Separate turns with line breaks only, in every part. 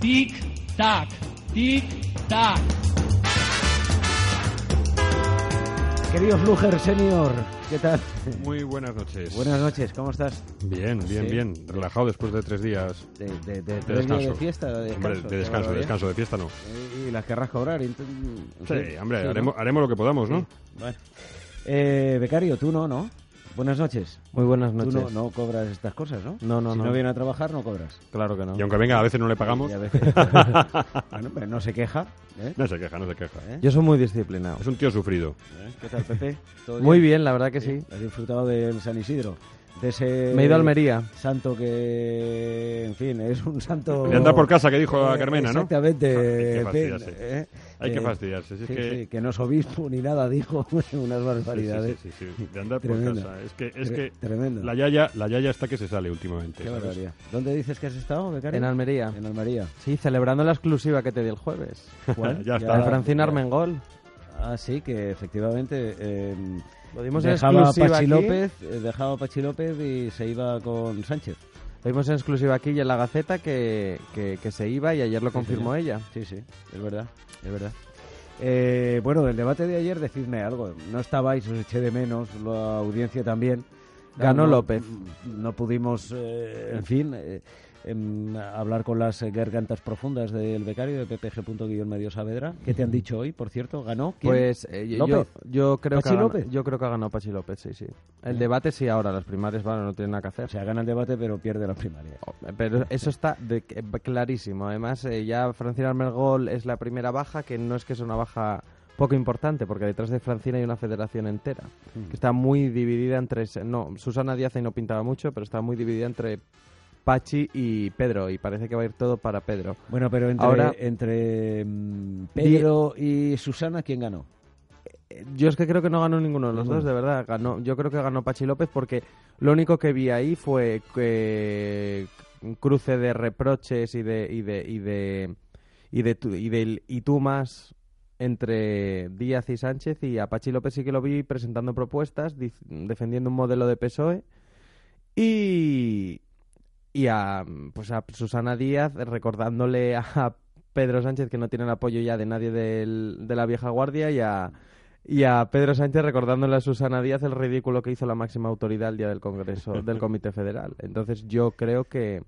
Tic tac, tic tac.
Querido Fluger Senior, ¿qué tal?
Muy buenas noches.
Buenas noches, ¿cómo estás?
Bien, bien,
Sí.
bien. Relajado después de tres días.
De, de, de, tres días de
descanso.
fiesta, de descanso.
Hombre, de descanso, de
Qué
descanso, de fiesta no.
barbaridad. Y, y las querrás cobrar. y ent- en fin.
Sí, hombre,
¿no?
haremos, haremos lo que podamos, ¿no?
Bueno. Eh, becario, tú no, ¿no? Buenas noches.
Muy buenas
Tú
noches.
no, no cobras estas cosas, ¿no?
No, no,
si no.
no.
viene a trabajar, no cobras.
Claro que no.
Y aunque venga, a veces no le pagamos.
Y a veces- Bueno, pero no se queja. ¿eh?
No se queja, no se queja.
¿Eh?
Yo soy muy disciplinado.
Es un tío sufrido.
¿Qué tal, Pepe? ¿Todo
Muy bien, la verdad que sí.
¿Has disfrutado de San Isidro? De ese
Me he ido a Almería.
Santo que, en fin, es un santo...
De andar por casa, que dijo a
Eh,
Carmena, ¿no? Ah,
Exactamente.
Hay que
en fin,
fastidiarse.
eh,
Hay que
eh,
fastidiarse. si es
sí,
que...
sí, que no es obispo ni nada, dijo unas barbaridades.
Sí, sí, sí, sí, De andar por
Tremendo.
casa. Es que, es
Tre-
que
tremendo.
la yaya, la yaya está que se sale últimamente.
Qué
¿sabes?
barbaridad. ¿Dónde dices que has estado, becario?
En Almería.
¿eh? En Almería.
Sí, celebrando la exclusiva que te di el jueves.
¿Cuál?
Ya está.
La de Francina Armengol.
Ah, sí, que efectivamente... eh,
Lo dimos en
dejaba a
exclusiva
Pachi
aquí.
López, eh, dejaba a Pachi López y se iba con Sánchez.
Lo dimos en exclusiva aquí y en la Gaceta que, que- que se iba y ayer lo confirmó
señor.
ella.
Sí, sí, es verdad, es verdad. Eh, bueno, del debate de ayer, decidme algo. No estabais, os eché de menos, la audiencia también.
Ganó
No-
López.
No pudimos, eh, en fin, eh, em, hablar con las eh, gargantas profundas del becario de ppg.medio Saavedra. ¿Qué te han dicho hoy, por cierto? ¿Ganó? ¿Quién?
Pues eh, yo,
¿López?
yo- yo creo que
¿Pachi
ha ganado-
López?
yo creo que ha ganado Pachi López, sí, sí. El debate sí ahora, las primarias bueno, no tienen nada que hacer.
O sea, gana el debate, pero pierde las primarias.
Pero eso está de- que- clarísimo. Además, eh, ya Francina Armengol es la primera baja, que no es que es una baja poco importante, porque detrás de Francina hay una federación entera, que está muy dividida entre... ese- No, Susana Díaz ahí no pintaba mucho, pero está muy dividida entre Pachi y Pedro, y parece que va a ir todo para Pedro.
Bueno, pero entre,
Ahora-
entre mm, Pedro y Susana, ¿quién ganó?
Eh, Yo es que creo que no ganó ninguno de los
Ninguno.
dos, de verdad. Ganó, yo creo que ganó Pachi López porque lo único que vi ahí fue que un cruce de reproches y de y de y de y de tu- y del y tú más entre Díaz y Sánchez y a Pachi López sí que lo vi presentando propuestas, dic- defendiendo un modelo de PSOE E y y a pues a Susana Díaz recordándole a Pedro Sánchez que no tienen apoyo ya de nadie del- de la vieja guardia y a y a Pedro Sánchez recordándole a Susana Díaz el ridículo que hizo la máxima autoridad el día del Congreso del Comité Federal. Entonces yo creo que,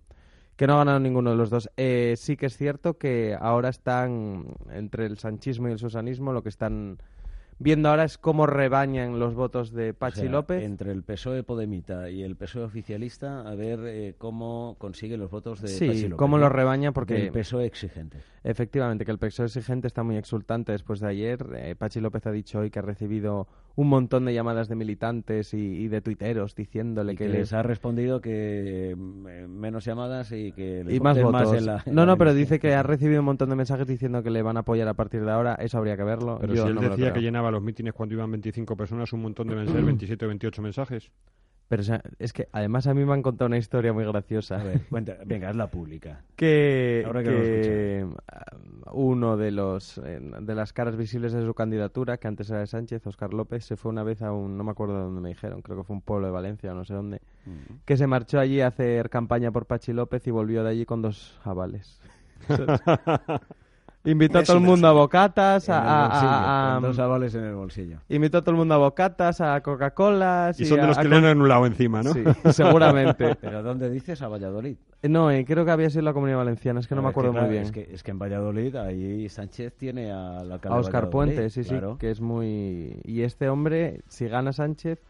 que no ha ganado ninguno de los dos. Eh, sí que es cierto que ahora están mm, entre el sanchismo y el susanismo lo que están viendo ahora es cómo rebañan los votos de
O
Pachi
sea,
López.
Entre el PSOE E Podemita y el PSOE E oficialista, a ver eh, cómo consigue los votos de
Sí,
Pachi López,
cómo
¿no?
lo rebaña porque
Del PSOE E exigente.
Efectivamente, que el PSOE exigente está muy exultante después de ayer. Eh, Pachi López ha dicho hoy que ha recibido un montón de llamadas de militantes y, y de tuiteros diciéndole
Y
que,
que
le-
les ha respondido que eh, menos llamadas y que les
y más
voten
votos.
en la- en
no,
la
no, pero
elección.
dice que ha recibido un montón de mensajes diciendo que le van a apoyar a partir de ahora. Eso habría que verlo.
Pero
Yo
si él
no me lo
decía que
creo.
llenaba los mítines cuando iban 25 personas, un montón deben ser 27 o 28 mensajes.
Pero o sea, es que además a mí me han contado una historia muy graciosa.
A ver, cuenta, venga, es la pública.
que,
Ahora que
que, ah, uno de los eh, de las caras visibles de su candidatura, que antes era de Sánchez, Oscar López, se fue una vez a un no me acuerdo dónde me dijeron, creo que fue un pueblo de Valencia o no sé dónde, que se marchó allí a hacer campaña por Pachi López y volvió de allí con dos avales. Invitó a todo el mundo a bocatas, a,
En el
a-
bolsillo,
a- a-
con dos avales en el bolsillo.
invitó a todo el mundo a bocatas, a Coca-Colas
Y son de los
a-
que le han anulado encima, ¿no?
Sí, seguramente.
¿Pero dónde dices? A Valladolid.
No, eh, creo que había sido la Comunidad Valenciana, es que no
A
me
ver,
acuerdo
claro,
muy bien.
Ah, Es que, es que en Valladolid, ahí Sánchez tiene a la
a Oscar Puente, sí, sí, que es muy... Y este hombre, si gana Sánchez,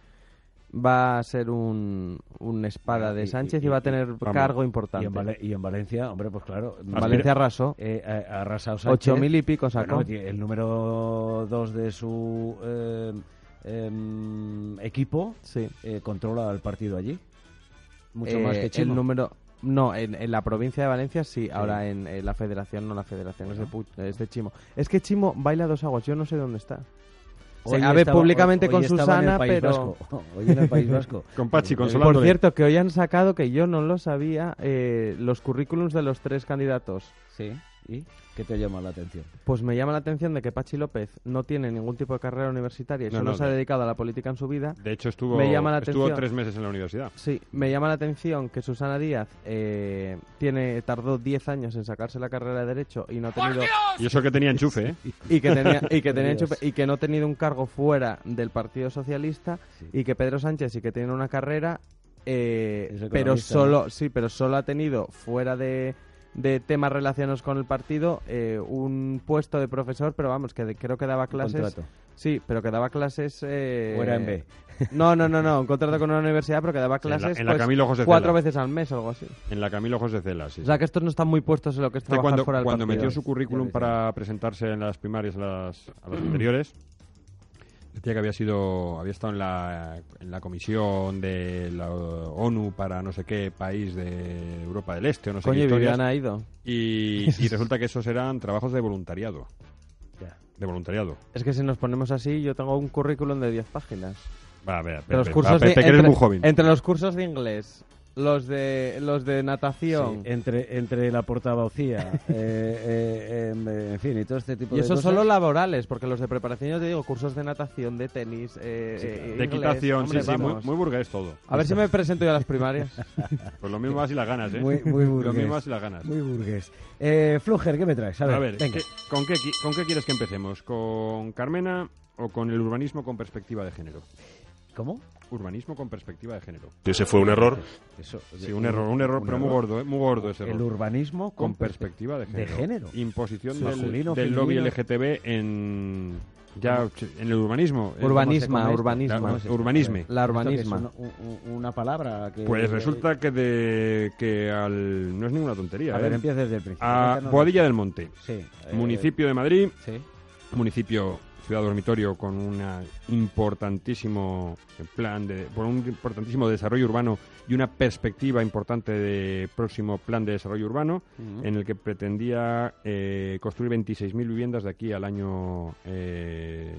va a ser un, un espada
Ah, Y-
de
y-
Sánchez y,
y-
va a tener
vamos.
cargo
Y
importante.
en, Vale- y en Valencia, hombre, pues claro.
Valencia arrasó.
eh, a- arrasado Sánchez.
Ocho mil y pico sacó.
Bueno, tie- el número 2 de su eh, em, equipo
sí.
eh, controla el partido allí. Mucho
Eh,
más que Chimo.
El número... No, en, en la provincia de Valencia sí, ahora en, en la federación no, la federación es, de pu- es de Chimo. Es que Chimo baila dos aguas, yo no sé dónde está. O sea,
Hoy
a ver,
estaba-
públicamente
hoy-
con
hoy estaba en
Susana,
el País
pero...
Vasco. Hoy en el País Vasco.
Con Pachi
Por
Pues
consolándole.
cierto, que hoy han sacado, que yo no lo sabía, eh, los currículums de los tres candidatos.
Sí. ¿Y qué te llama la atención?
Pues me llama la atención de que Pachi López no tiene ningún tipo de carrera universitaria y
No,
solo
no,
se ha
de-
dedicado a la política en su vida.
De hecho, estuvo,
Me llama la
estuvo
atención.
tres meses en la universidad.
Sí, me llama la atención que Susana Díaz eh, tiene tardó 10 años en sacarse la carrera de Derecho y no ha tenido
Y eso que tenía enchufe, ¿eh?
y que tenía y que tenía
Dios.
enchufe- y que no ha tenido un cargo fuera del Partido Socialista
Sí.
y que Pedro Sánchez sí que tiene una carrera eh,
Es
pero
economista,
solo sí pero solo ha tenido fuera de de temas relacionados con el partido eh, un puesto de profesor pero vamos que de- creo que daba clases
Contrato.
sí pero que daba clases eh,
O era en B.
no no no no un contrato con una universidad pero que daba
Sí, en la-
clases
en la
pues,
Camilo José Cela.
cuatro veces al mes algo así
En la Camilo José Cela, sí.
o sea que estos no están muy puestos en lo que es
Este
trabajar
cuando
fuera del
cuando
partido.
metió su currículum
Ya ves, ya
para presentarse en las primarias a las, a las anteriores, decía que había sido había estado en la, en la comisión de la ONU para no sé qué país de Europa del Este o no sé
coño
qué
y
historias,
Viviana ha ido
y, y resulta que esos eran trabajos de voluntariado.
Ya.
De voluntariado.
Es que si nos ponemos así, yo tengo un currículum de 10 páginas.
Va, a ver,
De los
Pepe,
cursos
va, Pepe,
de-
que eres
entre,
muy joven.
entre los cursos de inglés, los de los de
Sí,
natación.
entre, entre la portavocía, eh, eh, em, eh, en fin, y todo este tipo
y
de
eso
cosas.
solo laborales, porque los de preparación, yo te digo, cursos de natación, de tenis, eh, eh,
de
inglés.
equitación,
Hombre,
sí, sí, muy,
vamos.
muy burgués todo.
A ver si me presento yo a las primarias.
Pues lo mismo así las ganas, ¿eh?
Muy- muy
Lo
burgués.
mismo así las ganas.
Muy burgués. Eh, Fluger, ¿qué me traes? A ver,
A ver, eh,
venga.
¿qué- con, qué, qui- ¿con qué quieres que empecemos? ¿Con Carmena o con el urbanismo con perspectiva de género?
¿Cómo?
Urbanismo con perspectiva de género.
Pues
Ese fue un error.
Eso,
Sí, un error, un error, pero muy gordo, ¿eh? muy gordo ese
El
error.
urbanismo
Con
perspe-
perspectiva de género.
género.
Imposición
Masculino,
del, del lobby
femenino.
LGTB en ya en el urbanismo. Eh,
Urbanisma,
¿Cómo se come esto?
urbanisma.
¿Cómo se-
Urbanisme.
La
¿Esto qué es?
urbanisma.
Un- un- una palabra que...
Pues resulta que de que al no es ninguna tontería.
A ver,
¿eh?
empieza desde el principio.
A
Cuéntanos.
Boadilla del Monte,
Sí. eh,
municipio de Madrid,
Sí.
municipio ciudad dormitorio con un importantísimo plan de por un importantísimo desarrollo urbano y una perspectiva importante de próximo plan de desarrollo urbano en el que pretendía eh, construir 26.000 viviendas de aquí al año eh,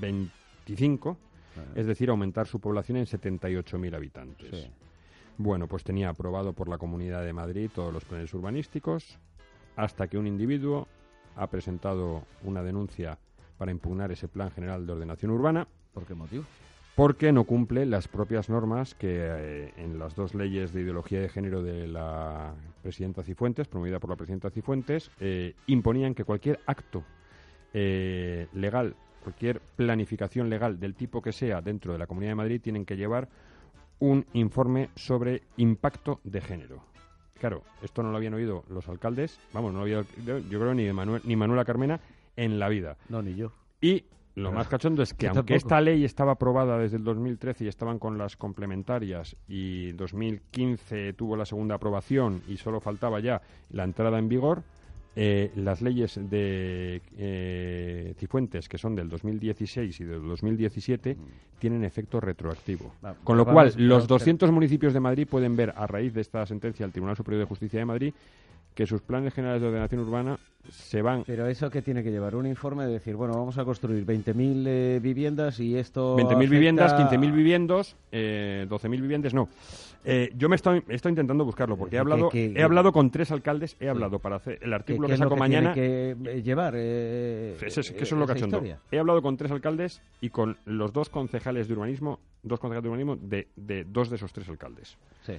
2025 es decir aumentar su población en 78.000 habitantes
Sí.
bueno, pues tenía aprobado por la Comunidad de Madrid todos los planes urbanísticos, hasta que un individuo ha presentado una denuncia para impugnar ese plan general de ordenación urbana
¿Por qué motivo?
porque no cumple las propias normas que eh, en las dos leyes de ideología de género de la presidenta Cifuentes, promovida por la presidenta Cifuentes, eh, imponían que cualquier acto eh, legal, cualquier planificación legal del tipo que sea dentro de la Comunidad de Madrid, tienen que llevar un informe sobre impacto de género. Claro, esto no lo habían oído los alcaldes, vamos, no lo había oído, yo creo ni Manuel, ni Manuela Carmena en la vida.
No, ni yo.
Y lo más cachondo es que
Yo
aunque
tampoco.
esta ley estaba aprobada desde el 2013 y estaban con las complementarias y 2015 tuvo la segunda aprobación y solo faltaba ya la entrada en vigor, eh, las leyes de eh, Cifuentes, que son del 2016 y del 2017,
Mm.
tienen efecto retroactivo.
Va-
Con lo
vamos,
cual,
pero-
los
pero-
200 municipios de Madrid pueden ver, a raíz de esta sentencia del Tribunal Superior de Justicia de Madrid, que sus planes generales de ordenación urbana se van
Pero eso que tiene que llevar un informe de decir, bueno, vamos a construir 20.000 eh, viviendas y esto
20.000
afecta
viviendas,
a-
15.000 viviendas, eh, 12.000 viviendas, no. Eh, yo me estoy, estoy intentando buscarlo porque he
¿Qué-
hablado,
qué-
he hablado con tres alcaldes, he hablado para hacer el
¿Qué-
artículo
qué
que
es lo
saco
que
mañana.
tiene que eh, llevar eh,
Ese es-
eh,
que eso es lo
esa
cachondo.
historia?
He hablado con tres alcaldes y con los dos concejales de urbanismo, dos concejales de urbanismo de, de dos de esos tres alcaldes.
Sí.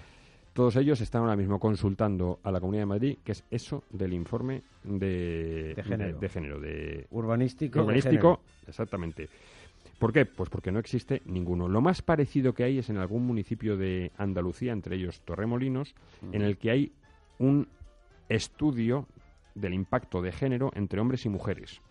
Todos ellos están ahora mismo consultando a la Comunidad de Madrid, que es eso del informe de,
De género.
de, de género, de
Urbanístico. de
urbanístico, exactamente. ¿Por qué? Pues porque no existe ninguno. Lo más parecido que hay es en algún municipio de Andalucía, entre ellos Torremolinos, en el que hay un estudio del impacto de género entre hombres y mujeres.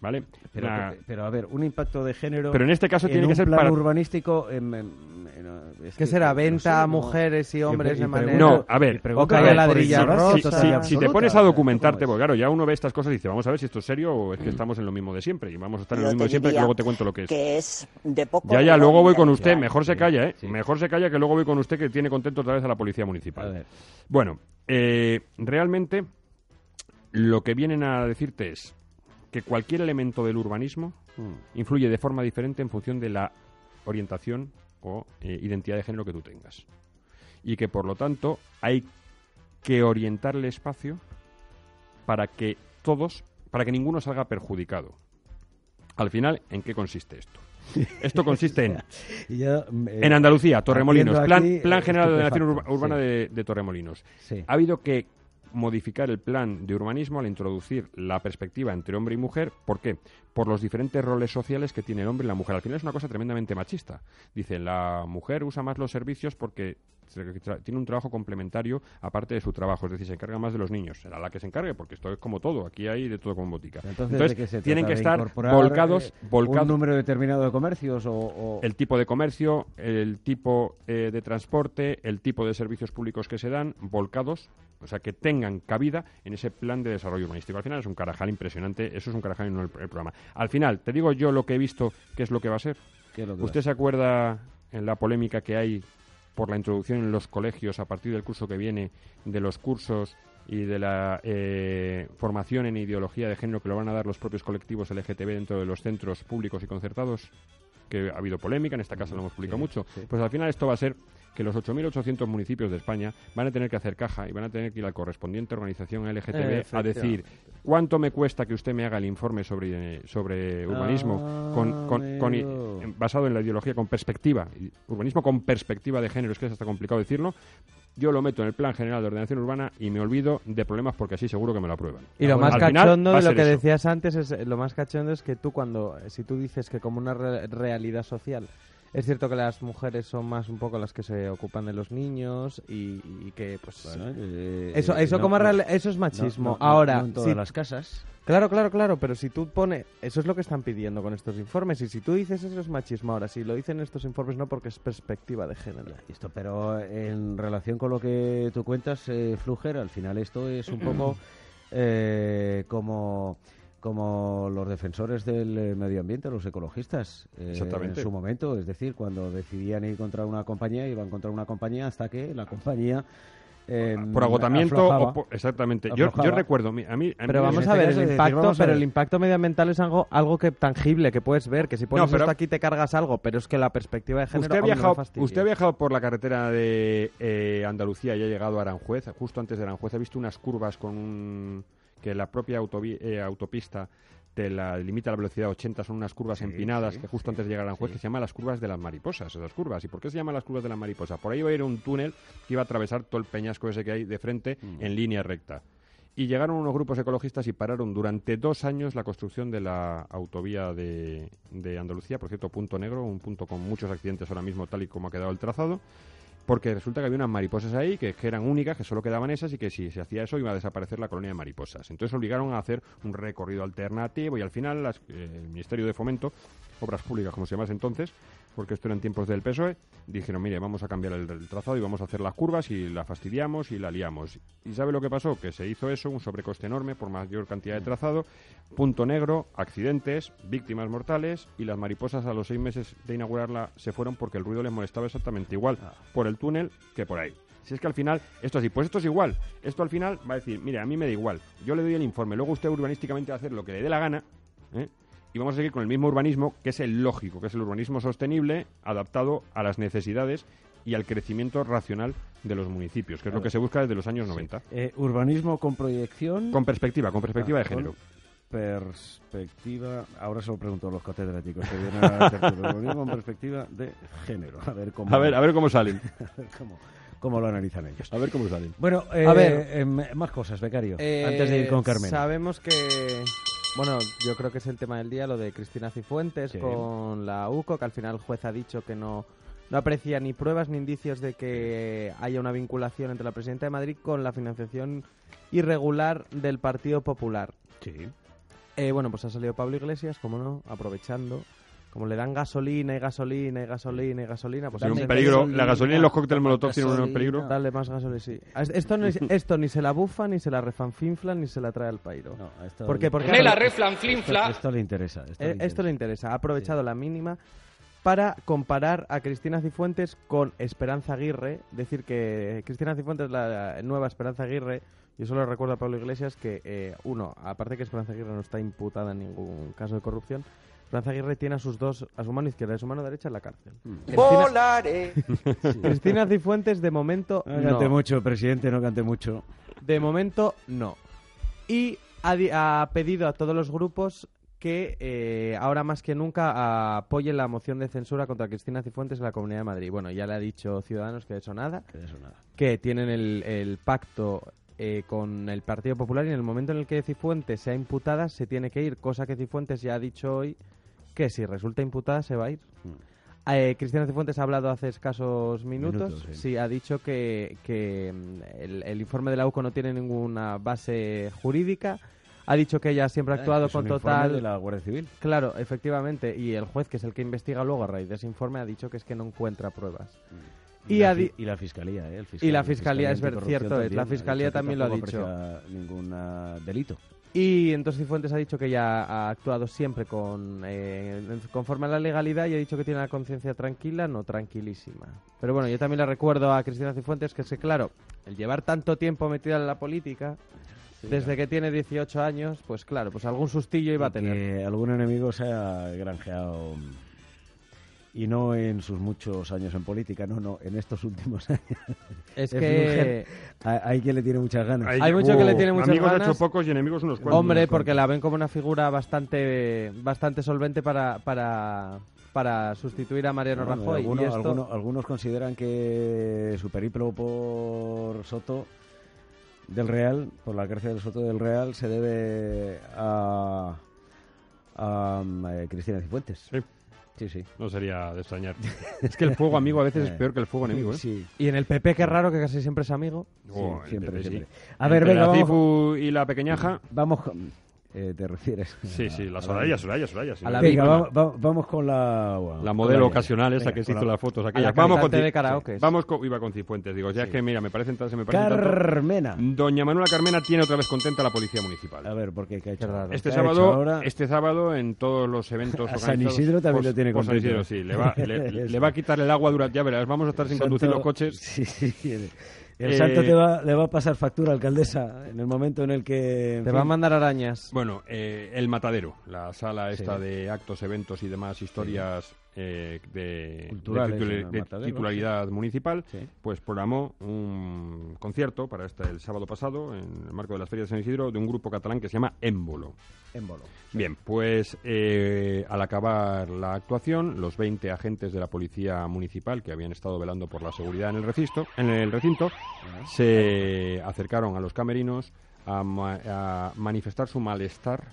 ¿Vale?
Pero,
Una-
que- pero, a ver, un impacto de género.
pero en este caso
en
tiene
un
que ser
plan
para...
urbanístico. em, em, em, no, es
¿Qué
que-
será?
no
¿Venta
sé,
a
no-
mujeres y hombres
pre-
de
y
manera...?
pregunta-
No, a ver,
pregunta
o cae
por
ladrilla
el
rosa,
sabor
Si,
total
si-
y
si te
absoluta,
pones a
¿cómo
documentarte,
es?
porque claro, ya uno ve estas cosas y dice, vamos a ver si esto es serio o es que estamos en lo mismo de siempre y vamos a estar en
Yo
lo mismo
te
de siempre que
diría
luego te cuento lo que es.
que es de poco.
Ya, ya, luego voy con usted.
Ya,
Mejor se
sí,
calla, ¿eh?
sí.
Mejor se calla que luego voy con usted que tiene contento otra vez a la policía
A
municipal.
ver,
Bueno, eh, realmente lo que vienen a decirte es que cualquier elemento del urbanismo
Mm.
influye de forma diferente en función de la orientación o eh, identidad de género que tú tengas. Y que por lo tanto hay que orientar el espacio para que todos, para que ninguno salga perjudicado. Al final, ¿en qué consiste esto? Esto consiste en
Y yo, mm, eh,
en Andalucía, Torremolinos,
Haciendo
plan,
aquí,
plan
eh,
general de ordenación
estupefacto,
urba- urbana
sí.
de, de Torremolinos.
sí.
Ha habido que modificar el plan de urbanismo al introducir la perspectiva entre hombre y mujer. ¿Por qué? Por los diferentes roles sociales que tiene el hombre y la mujer. Al final es una cosa tremendamente machista. Dice, la mujer usa más los servicios porque se- tra- tiene un trabajo complementario aparte de su trabajo, es decir, se encarga más de los niños. Será la que se encargue, porque esto es como todo, aquí hay de todo como botica.
Entonces, ¿de qué se
tienen
trata?
que
¿De
estar
incorporar,
volcados,
eh,
volcados
un número determinado de comercios o, o-
el tipo de comercio, el tipo eh, de transporte, el tipo de servicios públicos que se dan, volcados, o sea, que tengan cabida en ese plan de desarrollo urbanístico. Al final es un carajal impresionante, eso es un carajal y no el, el programa. Al final, te digo yo lo que he visto, qué es lo que va a ser.
qué es lo que
¿Usted se acuerda en la polémica que hay por la introducción en los colegios a partir del curso que viene de los cursos y de la eh, formación en ideología de género que lo van a dar los propios colectivos LGTB dentro de los centros públicos y concertados? Que ha habido polémica, en esta casa lo hemos publicado mucho. Pues al final esto va a ser que los 8.800 municipios de España van a tener que hacer caja y van a tener que ir a la correspondiente organización LGTB a decir cuánto me cuesta que usted me haga el informe sobre, sobre urbanismo con- con- con i-
Amigo.
en- basado en la ideología con perspectiva, y- urbanismo con perspectiva de género, es que es hasta complicado decirlo, yo lo meto en el Plan General de Ordenación Urbana y me olvido de problemas porque así seguro que me lo aprueban.
Y lo
Bueno,
más
al final
cachondo
va a
de lo
ser
que
eso.
decías antes es eh, lo más cachondo es que tú cuando eh, si tú dices que como una re- realidad social es cierto que las mujeres son más un poco las que se ocupan de los niños y, y que pues
Bueno, eh,
eso
eh,
eso
no,
como
no,
real- eso es
no, no,
machismo.
no,
Ahora
no en todas
si-
las casas.
claro claro claro pero si tú pones eso es lo que están pidiendo con estos informes y si tú dices eso es machismo ahora si lo dicen estos informes no porque es perspectiva de género.
Esto, pero en relación con lo que tú cuentas, eh, Fluger, al final esto es un poco eh, como como los defensores del eh, medio ambiente, los ecologistas, eh,
Exactamente.
en su momento, es decir, cuando decidían ir contra una compañía, iban contra una compañía hasta que la compañía eh,
Por agotamiento
aflojaba.
o por- exactamente. Yo, yo
Aflojaba.
recuerdo, mi- a mí, a
Pero
mí-
vamos
este
a ver,
caso
el
es decir,
impacto,
vamos a
pero
ver.
el impacto medioambital es algo, algo que tangible, que puedes ver, que si pones
No, pero-
esto aquí te cargas algo, pero es que la perspectiva de género
Usted ha,
aún no me
viajado,
fastidia.
usted ha viajado por la carretera de eh, Andalucía y ha llegado a Aranjuez, justo antes de Aranjuez. Ha visto unas curvas con un- que la propia autovi- eh, autopista te la limita la velocidad a 80, son unas curvas empinadas que justo antes de llegar a Aranjuez que se llaman las curvas de las mariposas, esas curvas. ¿Y por qué se llaman las curvas de las mariposas? Por ahí iba a ir un túnel que iba a atravesar todo el peñasco ese que hay de frente en línea recta. Y llegaron unos grupos ecologistas y pararon durante dos años la construcción de la autovía de, de Andalucía, por cierto, punto negro, un punto con muchos accidentes ahora mismo, tal y como ha quedado el trazado, porque resulta que había unas mariposas ahí que, que eran únicas, que solo quedaban esas y que si se hacía eso iba a desaparecer la colonia de mariposas. Entonces obligaron a hacer un recorrido alternativo y al final las- eh, el Ministerio de Fomento, Obras Públicas como se llamase entonces, porque esto eran tiempos del PSOE, E, dijeron, mire, vamos a cambiar el, el trazado y vamos a hacer las curvas y la fastidiamos y la liamos. ¿Y sabe lo que pasó? Que se hizo eso, un sobrecoste enorme por mayor cantidad de trazado, punto negro, accidentes, víctimas mortales y las mariposas a los seis meses de inaugurarla se fueron porque el ruido les molestaba exactamente igual por el túnel que por ahí. Si es que al final, esto así, pues esto es igual. Esto al final va a decir, mire, a mí me da igual. Yo le doy el informe, luego usted urbanísticamente va a hacer lo que le dé la gana. ¿eh? y vamos a seguir con el mismo urbanismo que es el lógico, que es el urbanismo sostenible adaptado a las necesidades y al crecimiento racional de los municipios, que es lo que se busca desde los años 90.
Eh, urbanismo con proyección.
Con perspectiva, con perspectiva
Ah,
de género.
con Perspectiva. Ahora se lo pregunto a los catedráticos que vienen a la tertulia. Urbanismo con perspectiva de género. A ver cómo,
A ver, a ver cómo salen.
a ver cómo, cómo lo analizan ellos.
A ver cómo salen.
Bueno, eh,
ver.
em, más cosas, becario.
Eh,
antes de ir con Carmen.
Sabemos que, bueno, yo creo que es el tema del día, lo de Cristina Cifuentes
Sí.
con la UCO, que al final el juez ha dicho que no, no aprecia ni pruebas ni indicios de que haya una vinculación entre la presidenta de Madrid con la financiación irregular del Partido Popular.
Sí.
Eh, bueno, pues ha salido Pablo Iglesias, como no, aprovechando. Como le dan gasolina y gasolina y gasolina y gasolina, pues
Tiene
dale-
un peligro. La gasolina y los cócteles molotov tienen un peligro.
Dale más gasolina, sí. A- Esto, no es- esto ni se la bufa, ni se la refanfinfla, ni se la trae al pairo.
No, a esto
¿Por qué? Porque
Me la
eh,
reflan, flim,
esto,
fla.
esto le interesa. Esto, le interesa.
esto le interesa. Ha aprovechado la mínima para comparar a Cristina Cifuentes con Esperanza Aguirre. Decir que Cristina Cifuentes es la nueva Esperanza Aguirre. Yo solo recuerdo a Pablo Iglesias que, eh, uno, aparte que Esperanza Aguirre no está imputada en ningún caso de corrupción, Esperanza Aguirre tiene a sus dos, a su mano izquierda y a su mano derecha en la cárcel. Cristina,
Volaré.
Cristina Cifuentes, de momento,
No cante
no.
mucho, presidente, no cante mucho.
De momento, no. Y ha, di- ha pedido a todos los grupos que eh, ahora más que nunca apoyen la moción de censura contra Cristina Cifuentes en la Comunidad de Madrid. Bueno, ya le ha dicho Ciudadanos que de eso nada,
Que de eso nada.
que tienen el, el pacto eh, con el Partido Popular y en el momento en el que Cifuentes sea imputada se tiene que ir, cosa que Cifuentes ya ha dicho hoy que si resulta imputada se va a ir. Eh, Cristina Cifuentes ha hablado hace escasos minutos.
Mm. Minutos, sí.
sí. ha dicho que, que, mm, el, el informe de la UCO no tiene ninguna base jurídica. Ha dicho que ella siempre ha actuado
Ah, Es
con
un informe
total.
de la Guardia Civil.
Claro, efectivamente. Y el juez, que es el que investiga luego a raíz de ese informe, ha dicho que es que no encuentra pruebas. Y
la,
ha di-
fi- y la fiscalía, ¿eh? El fiscal-
Y la
el
fiscalía, es ver-
anticorrupción
cierto, es, la
ha dicho
fiscalía
que
también lo ha
tampoco
dicho.
aprecia ningún ah, delito.
Y entonces Cifuentes ha dicho que ella ha actuado siempre con, eh, conforme a la legalidad y ha dicho que tiene la conciencia tranquila, no tranquilísima. Pero bueno, yo también le recuerdo a Cristina Cifuentes que es que, claro, el llevar tanto tiempo metida en la política, desde que tiene 18 años, pues claro, pues algún sustillo iba a
que
tener.
algún enemigo se ha granjeado mm, y no en sus muchos años en política, no, no, en estos últimos años.
Es
Es
que,
Hay, hay quien le tiene muchas ganas.
Hay mucho que le tiene muchas
Amigos
ganas.
hecho pocos y enemigos unos cuantos.
hombre, porque la ven como una figura bastante, bastante solvente para, para, para sustituir a Mariano
Bueno,
Rajoy.
algunos,
y esto-
algunos- algunos consideran que su periplo por Soto del Real, por la cárcel del Soto del Real, se debe a, a, mm, eh, Cristina Cifuentes.
Sí,
sí. sí.
no sería de extrañar. es que el fuego amigo a veces es peor que el fuego enemigo, ¿eh?
Sí,
Y en el PP, qué raro que casi siempre es amigo.
Oh,
sí, siempre,
el PP sí.
siempre. A ver,
Entre
venga,
la
vamos-
Cifu y la pequeñaja.
Vamos con... eh, ¿Te refieres?
Sí, sí, la
A
Soraya, Soraya, Soraya. sí.
A la
Venga,
víctima.
vamos, vamos- vamos con la... bueno,
La
con
modelo
la-
ocasional esa
venga,
que se
con
hizo
la-
las fotos
a
aquella.
la
Vamos con
cantante de
Ci-
karaokes.
Vamos con iba con Cifuentes, digo, ya es que mira, me parecen tan- se me parecen tanto.
Carmena.
Doña Manuela Carmena tiene otra vez contenta a la policía municipal.
A ver, ¿por qué? ¿Qué ha hecho?
raro.
¿Qué
Este
ha
sábado,
hecho ahora?
este sábado en todos los eventos
A
organizados...
San Isidro también
Pues-
lo tiene
pues San
contento.
Isidro, sí. Le va, le, le- le va a quitar el agua durante... Ya verás, vamos a estar sin conducir
Santo-
los coches.
Sí, sí. El, el
Eh,
santo te va, le va a pasar factura, alcaldesa, en el momento en el que... en
Te
fin,
va a mandar arañas.
Bueno, eh, El Matadero, la sala esta
Sí.
de actos, eventos y demás historias eh, de,
Culturales
de,
en
titula-
El
de
Matadero,
titularidad municipal,
Sí.
pues programó un concierto para este el sábado pasado, en el marco de las ferias de San Isidro, de un grupo catalán que se llama Émbolo.
en bolo.
Bien, pues eh, al acabar la actuación, los 20 agentes de la policía municipal que habían estado velando por la seguridad en el recinto, en el recinto se acercaron a los camerinos a, ma- a manifestar su malestar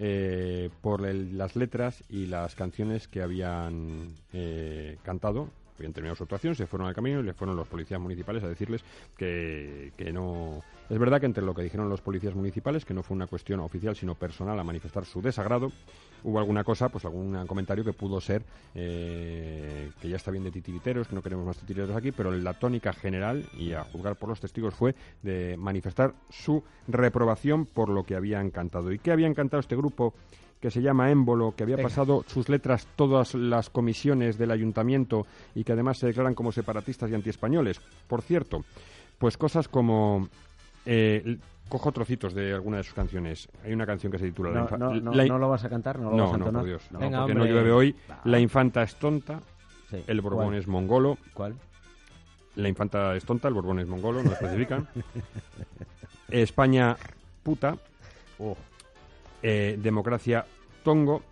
eh, por el- las letras y las canciones que habían eh, cantado. Habían terminado su actuación, se fueron al camino y le fueron los policías municipales a decirles que, que no. Es verdad que entre lo que dijeron los policías municipales, que no fue una cuestión oficial sino personal a manifestar su desagrado, hubo alguna cosa, pues algún comentario que pudo ser eh, que ya está bien de titiriteros, que no queremos más titiriteros aquí, pero la tónica general y a juzgar por los testigos fue de manifestar su reprobación por lo que habían cantado. ¿Y qué habían cantado este grupo? que se llama Émbolo, que había
Eh.
pasado sus letras todas las comisiones del ayuntamiento y que además se declaran como separatistas y antiespañoles. Por cierto, pues cosas como... eh, l- cojo trocitos de alguna de sus canciones. Hay una canción que se titula La
No,
infa-
no, no,
la-
no lo vas a cantar, no lo vas
no,
a
no,
entonar.
por Dios. No,
Venga,
porque
hombre.
no llueve hoy.
Va.
La infanta es tonta,
Sí.
el Borbón
¿Cuál?
es mongolo.
¿Cuál?
La infanta es tonta, el Borbón es mongolo, no especifican. España puta. Eh, democracia tongo.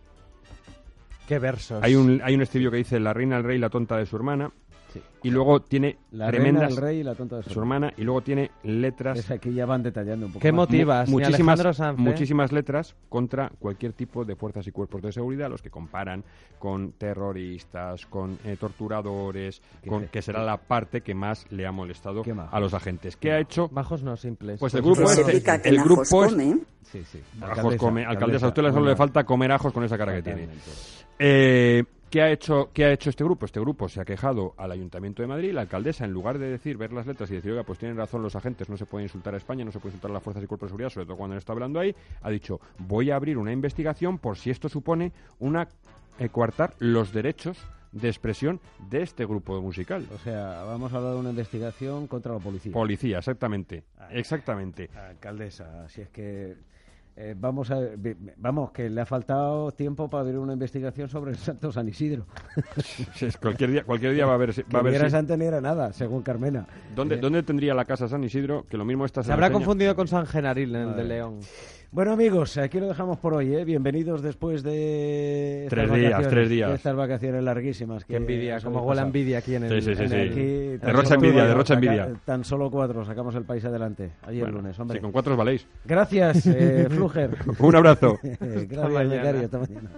Qué versos.
Pues
Hay un, hay un estribillo que dice la reina, el rey, la tonta de su hermana.
Sí.
Y luego tiene
La reina,
tremendas
el rey y la tonta de
de su hermana. Y luego tiene letras
Es aquí ya van detallando un poco
¿Qué
más.
motivo? Motivas, ni Alejandro Sanz, ¿eh?
muchísimas letras contra cualquier tipo de fuerzas y cuerpos de seguridad, los que comparan con terroristas, con eh, torturadores,
¿Qué
con,
fe-
que será la parte que más le ha molestado
Qué majos.
a los agentes. ¿Qué ha hecho?
Majos no simples.
Pues el grupo
Pues
este-
explica que
el
el
grupo
grupo
es-
come.
Sí, sí.
Ajos come, alcaldesa, a usted
no
solo le falta comer ajos con esa cara que tiene.
Totalmente.
Eh, ¿qué, ha hecho, ¿Qué ha hecho este grupo? Este grupo se ha quejado al Ayuntamiento de Madrid. La alcaldesa, en lugar de decir, ver las letras y decir, oiga, pues tienen razón los agentes, no se puede insultar a España, no se puede insultar a las fuerzas y cuerpos de seguridad, sobre todo cuando él está hablando ahí, ha dicho, voy a abrir una investigación por si esto supone una eh, coartar los derechos de expresión de este grupo musical.
O sea, vamos a hablar de una investigación contra la policía.
Policía, exactamente.
Ah.
Exactamente.
Alcaldesa, si es que Eh, vamos, a, ve- ve- vamos, que le ha faltado tiempo para abrir una investigación sobre el Santo San Isidro.
Es cualquier día, cualquier día va a haber. Va
Que
a haber
ni era
sí.
santo ni era nada, según Carmena.
¿Dónde, ¿Dónde tendría la casa San Isidro? Que lo mismo está
Se habrá confundido con San Genaril en el de León.
Bueno, amigos, aquí lo dejamos por hoy. ¿eh? Bienvenidos después de. estas
Tres días,
vacaciones,
tres días.
de Estas vacaciones larguísimas.
Qué envidia,
nos
como
habéis
huele a
pasado.
envidia aquí en el.
Sí, sí, sí,
en
sí.
el-
Aquí, tan
Derrocha
solo
envidia,
cuatro,
derrocha
saca-
envidia.
Tan solo cuatro, sacamos el país adelante. Ayer
Bueno,
lunes,
si
hombre.
con cuatro os valéis.
Gracias, eh, Fluger.
Un abrazo.
Gracias,
mañana.
becario, hasta mañana.